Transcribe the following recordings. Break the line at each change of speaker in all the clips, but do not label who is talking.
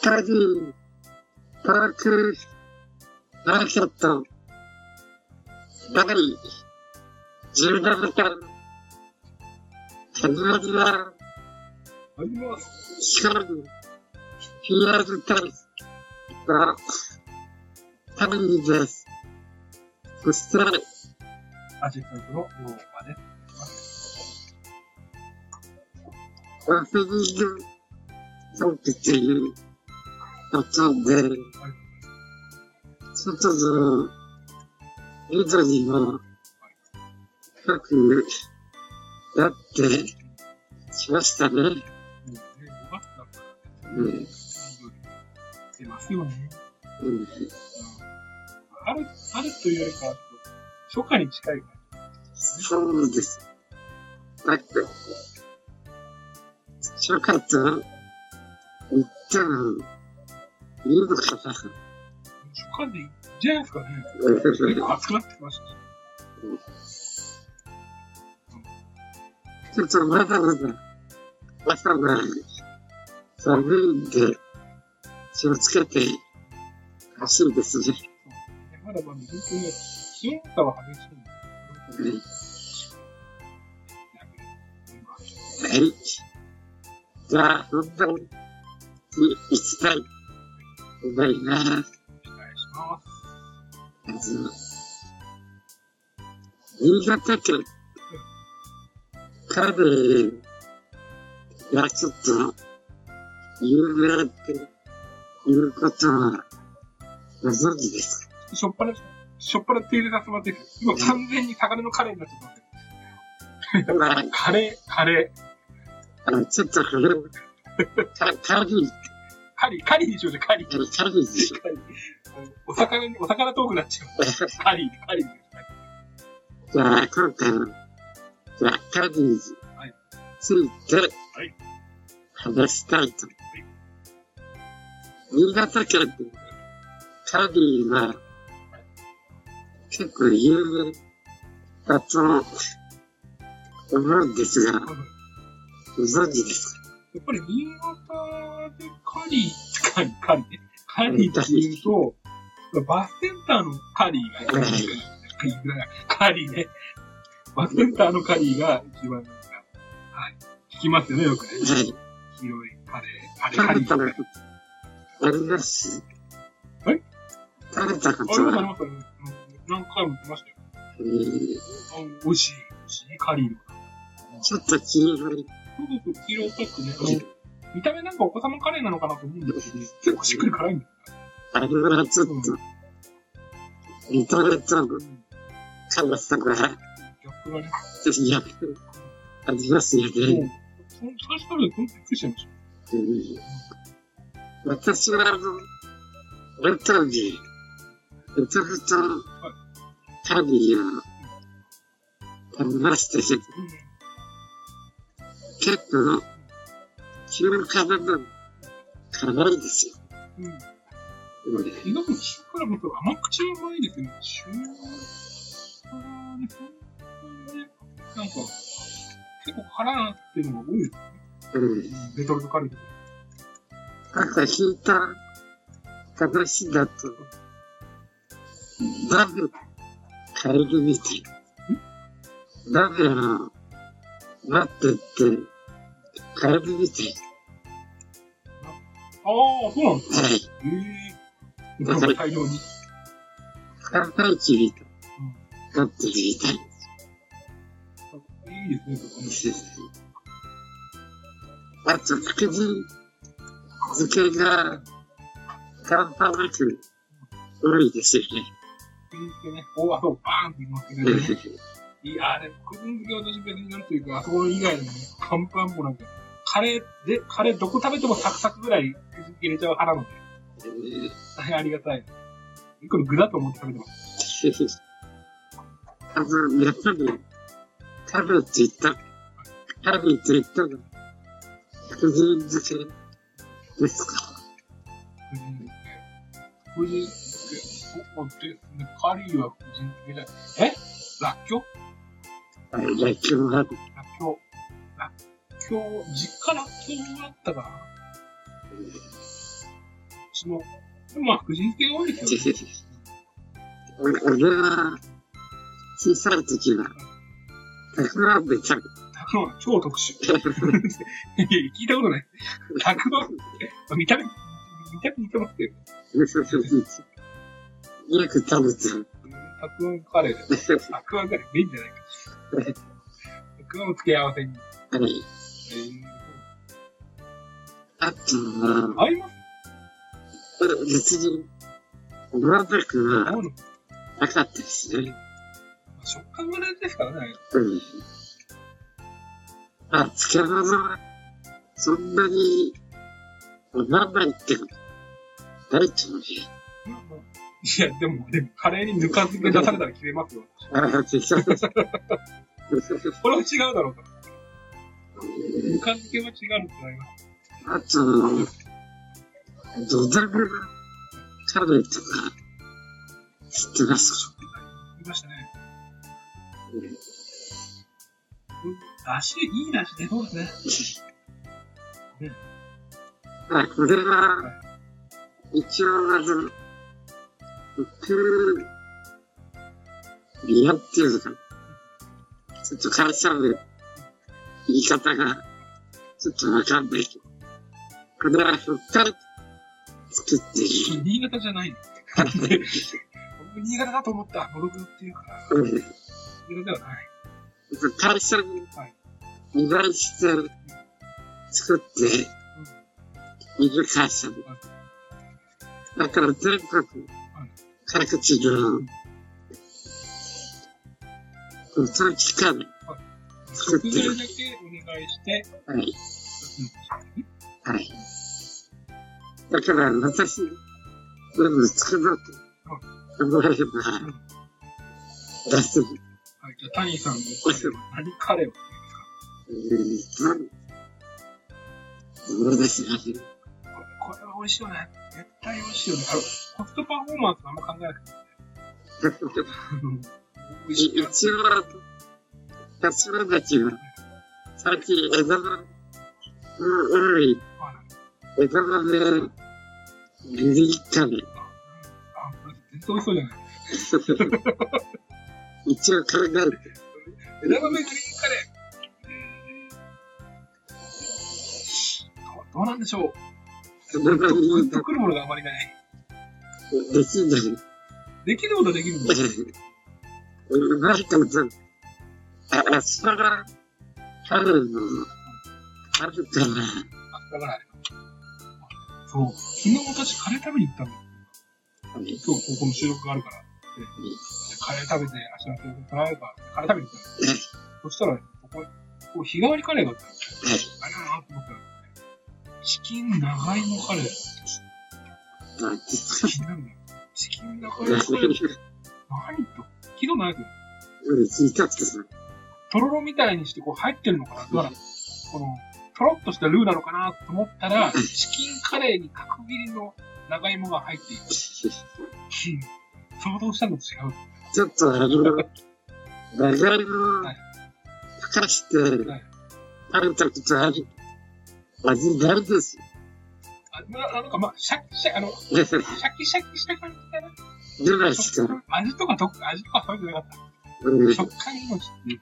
study focus concept 第17巻始まりは
入ります。
勝利フィアーズタイプのためにです。そして、
アシスタントのヨーマです。
オフィリングトピということで、外の緑の深くなってきましたね。
もうね、5月だからね、
うん
出ますよね。
うん
春、春というよりかは、初夏に近いから。
そうです。だって、初夏と言ってもいいのかな。
初夏でいいんじゃないですかね。結構暑くなってきましたし。
ちょっとまだまだ朝が寒いんで気をつけてほしいですね。
ねまだまだ、本当にね、気温差は激しいんで、本当に
は
ね
い。じゃあ、本当に行きたいと思います。
お願いします。
まず新潟県、カレーがちょっと有名っていうことはご存知ですか
しょっぱな、しょっぱな手入れさせてもらっていいですか今完全に魚のカレーになっちゃってますよ。
まあ
カレー、カレー。
あの、ちょっとこれ、カカリー、
カリー、カリーにしようじゃん、カリー。
カリーでしょ
カリーお魚に、お魚遠くなっちゃう。カリー、カリー。
じゃあ、今回は、じゃあ、カリーに
はい
ついて
い、
話したいと。新潟県で、カリーは、結構有名だと思うんですが、
や
ご存知ですか
っぱり新潟でカリー、カリー、カリーね。カリーっていうと、バスセンターのカリーが、カリーね。バスセンターのカリーが一番なんか、はい。聞きますよね、よくね。
はい。
黄色いカレー、カレー、カ
食
リ
べたこ
ー。
とあります
はい
食べたこ
あれ
と
もあり
は、
ますよね。何回も言ってましたよ。
えー
あ美味しい、美味しい、カリーの。
ちょっと気になり、
すごく黄色っぽくね、あの見た目なんかお子様カレーなのかなと思うんですけど、結構しっくり辛いんです
あれはちょっと、見た目と
よ。うん
辛さが、
ギャップがね。
ちょっとやっぱりありますよ
も
ね。
う、その最初食べて本当にびっくりしちゃいました。
うん私は、あの、レトロに、めちゃくちゃ、カリーを食べましたけど、結構、中華なの辛いですよ。
うん。うん。
うん
意外と中辛もそう甘口はうまいですね。中辛はね、本当にね、なんか、結構辛いなっていうのが多いですね。
うん。
レトルトカレーとか。
なんか引いた話だと、鍋、カエルみたい。鍋を待ってって、カエルみたい。
ああ、そうなんですか。
はい。
ええー。なんか大量に。
乾杯機みたい。なってるみたい
いいですね、そこね
で。す。あと、福神漬けが、乾杯なく多いですよね。
クイズ系ね、大技をバーンって言いますけどね。 いや、あれ、クイズ系は私別になんというか、あそこ以外でもね、パンパンもなんか、カレーで、カレーどこ食べてもサクサクぐらい入れちゃう派なので、大変ありがたい。一個の具だと思って食べてます。
あの、やっぱり、カルって言った、カルって言ったの、福神漬けですか。
クイズ系。クイズ系、ここで、カリーはクイズ系じゃない。えラッキョウ
あれ、野球は、
ラッキョウ。ラッキョウ、実家ラッキョウだったかなちも。でもまあ、福神漬けが多いですよね。
お俺は、小さい時は、たくあんで食べ
たくあん、超特殊。いや聞いたことない。たくあん、まあ見た目、見た目似てますけど。
よく食べてる。
たくあんカレーで。たくあんカレー、メインじゃないか。たくあんを付け合わせに。
はい。
えー
あとは、
合います
別に、ワンパクは
合うの
なかったですね。
食感が大事ですからね。
うん。あ、漬物は、そんなに、何枚ってことないと思うね。
まあまあいや、でも、でも、カレーにぬか漬け出されたら切れますよ。
ああ、適当です。
これは違うだろうと。ぬか漬けは違うとなります。
あと、土台のカレーとか、知ってますか
言いましたね。だし、いいだしね。そうですね。
あ、これは、一応、あの、僕、リアっていうのかな。ちょっと会社の言い方が、ちょっとわかんないけど。これは、ふっかり作ってい
新潟じゃないの。僕、新潟だと思った。ゴルフっていうから、
る。うん
新潟ではない。
会社に依頼して作っている会社で。だから全国各地のその期間、作っ
食
て
材
る。
だけお願いして、
はい。はい。だから私、全部作ろうと思えば出せる。
はい、じゃあ、谷さんのカレーは何カレーを
うんそうですね。
これこれは美味しいよね。絶対美味しいよね。あのコストパフォーマンスあんま考えなくて。美味しいよ。
一応、立花たちは、最近枝豆、うん、うんい、
まあなんか
枝豆、ビビリカレー。
あ、これ全然美味しそうじゃない。
一応考えて、
枝豆グリーンカレー。どどうなんでしょう
その場
グ
に
ッとくるものがあまりない。
できない。
できることはできるんだ。
うんなんかさ、あ、アスパラ、春の、春から、
だから、そう、昨日私カレー食べに行ったんだよ。今日ここの収録があるから。でカレー食べて、明日の収録があるから、カレー食べに行ったんだよ。そしたら、ここ、ここ日替わりカレーがあったんだよあれだなと思ったら、チキン長芋カレー。
なん
チキンなんだよ。チキン長芋カレーって何と、昨日ないけど、
うん、聞いたっけど、
とろろみたいにしてこう入ってるのかなだから、この、とろっとしたルーなのかなと思ったら、チキンカレーに角切りの長芋が入っていて、うん想像したのと違う。
ちょっとあの、長いの、ふかして、
はい
食べたことある。味になるんですよ。
あななんかまあ、シャキシャキ、あの、シャキシャキした感じかな。
ぐらいしか、
味とかどっか、味とかそういうのじゃなかっ
う
た。
ん、
食感命っていう。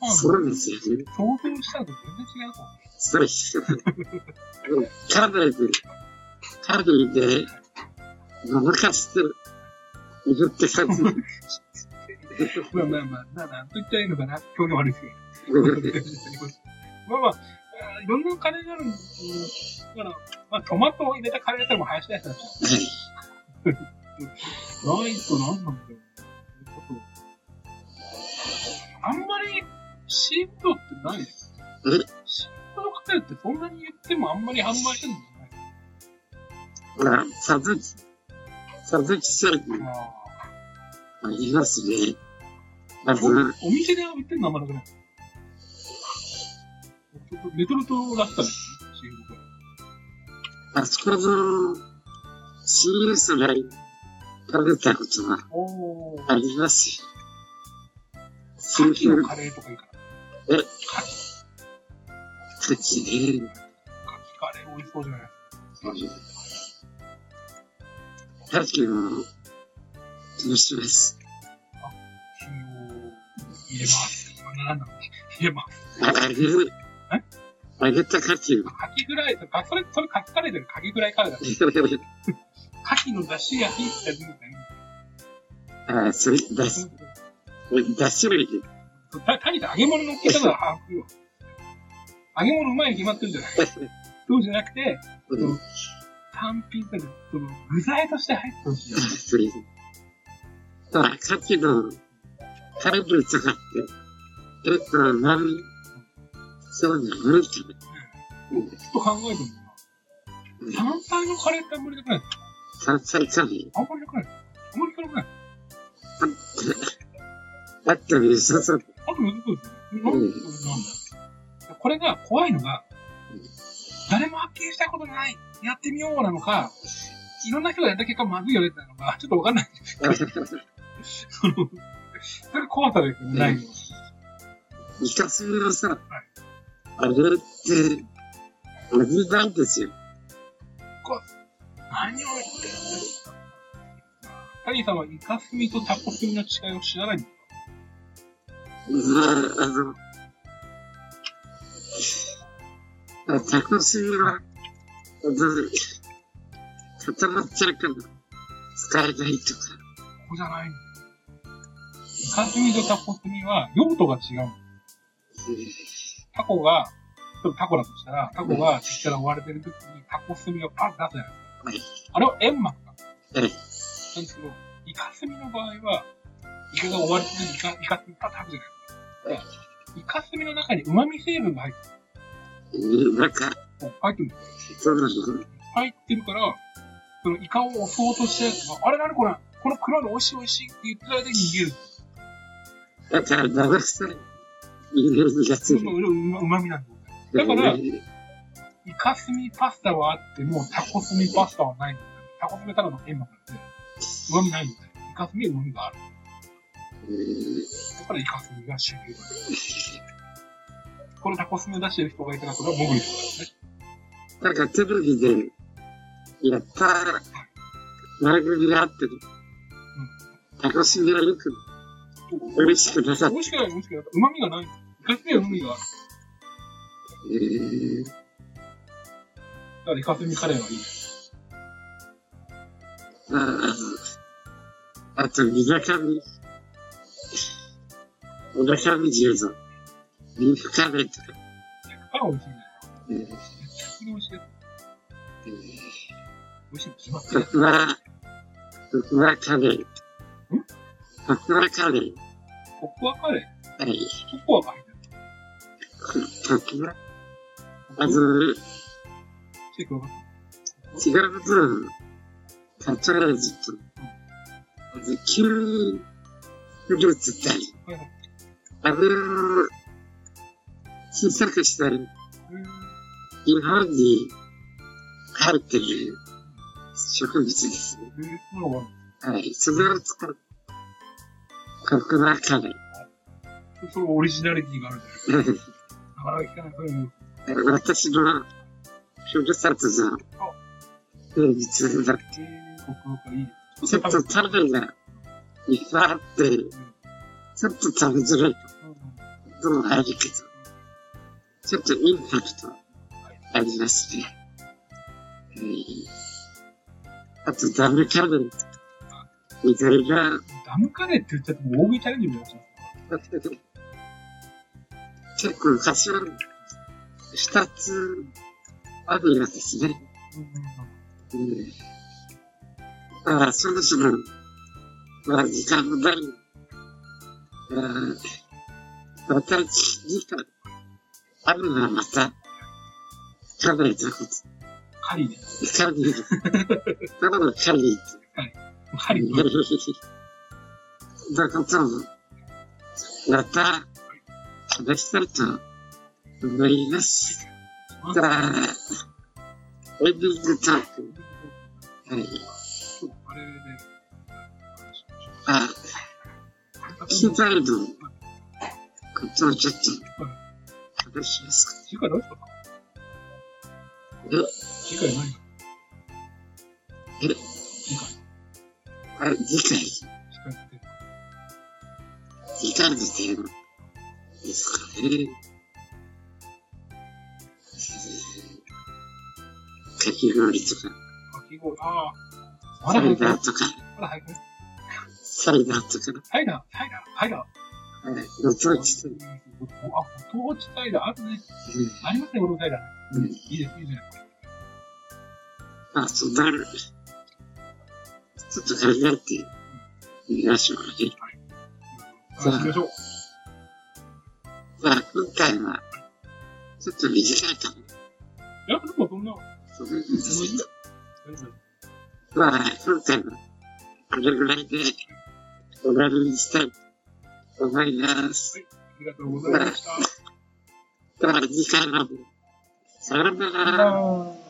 ご飯
そうですよね。
想像したのと全然違うから。
それしか。うんカロリーで、カロリーで、ごまかしてる。いるって感じ。
まあまあまあ、ななんと言ったらいいのかな。表現悪いですけど。
うん
まあまあ、あーいろんなカレーがあるんですけどだから、まあトマトを入れたカレーだったらもう林田さんないとなんなんだよ。あんまりシーフードってないです。シーフードカレーってそんなに言ってもあんまり販売してるんじ
まあ、サブキ、サブキ製
ゃ
品
ない
ありますね。あ
お
の、
お店で売ってるのあんまなくないレトルトだったね、シーフードカレー。
あそこの CS が食べたことは
おー
ありますよ。
牡
新
蠣の
の
カレーとかいいかな。
え
牡蠣、
時ね、
牡蠣カレー美味しそうじゃない
さっきの、楽しみです。
火を入れます。なんだろうね。入れます。
ああげる。あげたかきゅう。
カキフライ、かそれ、それカキカレーだよ。カキフライカレーだ。カキの出汁が入ったみたい
あ、それ、だし、
な。
だし類。
た、たに揚げ物乗っけたら、あ、食うわ揚げ物うまいに決まってるじゃない。そうじゃなくて、
うん。
単品とか、その、具材として入ってほしいよ
だ。し類。だから、かきの、カルブとかって、結構、なん、そうなの、ち
ちょっと考えてみ
うん
るな。単体のカレーってあんまりなくない
山菜カレー。
あんまりなくないあんまりなくない
あったり、そうそう。
あと難しいですね。なんでこれなんだこれが怖いのが
うん、
誰も発見したことない、やってみようなのか、いろんな人がやった結果まずいよねってなのか、ちょっとわかんない。その、それ怖さですよね、ないの。
イカスミのさ、あれって、味なんですよ。
何を言ってるんですかタリーさんはイカスミとタコスミの違いを知らないんですか
まあ、あの、あタコスミは、あの、固まっちゃうから、使えないとか。
ここじゃないんですイカスミとタコスミは用途が違うんですタコが、例えばタコだとしたら、タコがちっちゃな追われてる時にタコ炭をパンと出すじゃないですか。あれを煙幕なん
うん
ですなんですけど、イカ炭の場合は、イカが追われてる時にイカ、イカ炭パンと吐くじゃないですか。イカ炭の中に旨味成分が入って
うんなんか、
る。入ってるんですよ。
そうなの。
入ってるから、そのイカを押そうとしたやつが、あれ何これこの黒いの美味しい美味しいって言ってた間に逃げる。
だから、流したら、いろいろやつ
そのうま旨味なんですよ。だからイカスミパスタはあっても、タコスミパスタはないんだよ。タコスミただの塩分なんで、旨味ないんだよ。イカスミは旨味がある。だからイカスミが主流だよ。このタコスミを出してる人がいたら、それは僕ですからね。
なんかテレビで、やったー、番組があってね、楽しみがよく、美味しくなかった。
美味しくない、美味しくない。旨味がないんだよ。イカスミは旨味がある。
えー、
だからイカスミカレーはいいね。
まあ、あの、あと、水上、水上十三、ビーフカレーとか、
だから美味しいんだよ。
えー、
絶対に美味しいよ。
え
美味しいに決まって
ー、
る。
徳原、徳原カレー。徳原カレー。
ココアカレー
はい。
ココアが入ってる。
徳原、あ
チ
の、
ェックわかる
違うことなの。例えばずっと、あの、キウイフルーツってある、
はいはい。
あれを小さくしたり、
うん
日本に入ってる植物ですね。
えー、そんなのがある
はい。それを使う。コクのカレー。
そのオリジナリティがあるじゃないなかなか聞かない。そういう
私のふるさとの名物だ。
えー、コクがいいね。
ちょっと食べるがいっぱいあって、ちょっと食べづらい。どうもあるけど、ちょっとインパクトありますね。えーあと、ダブルキャベルとか、緑が、
ダムカレーって言っちゃってもう大食いチャレンジみたいになっちゃ
結構頭、二つあるんですね。
う。
うん。だから、そもそも、まあ、時間もない。あーまた、時間、あるのはまた、カメラとこ
カリーね。
と、カリー、ただのカリー
カリーね。
と、だことも、また、話したいと思います。だから、エンディングトーク、はい。
あれで、
あ機材のことをちょっと話します
次回何すか次回何
え
次回。
あれ、次回、
近づけて。
次回のテーマですかね。かき氷とか、
かき氷、ああ。ま
サ
だ入
イ
ってな
ダ
い
ーとか、
まだ入ってない。
サイダーとか、
サイダー、サイダー、サイダー。
はい、ご当地と
う
か
ん、あ、ご当地サイダー、あとね、ありますね、ご当地サイダーね。
うん、うん、
いいです、いいじゃないですか。
あ、そうなる。ちょっと考えてみましょうね。
さあ、行きましょう。
まあ、今回は、ちょっと短いかも。
いや、でもそんな、
そうなんですけど
大丈夫
まあ、今回は、これぐらいで、終わりにしたいと思います。
ありがとうございました。
では、次回まで。さようなら。
あー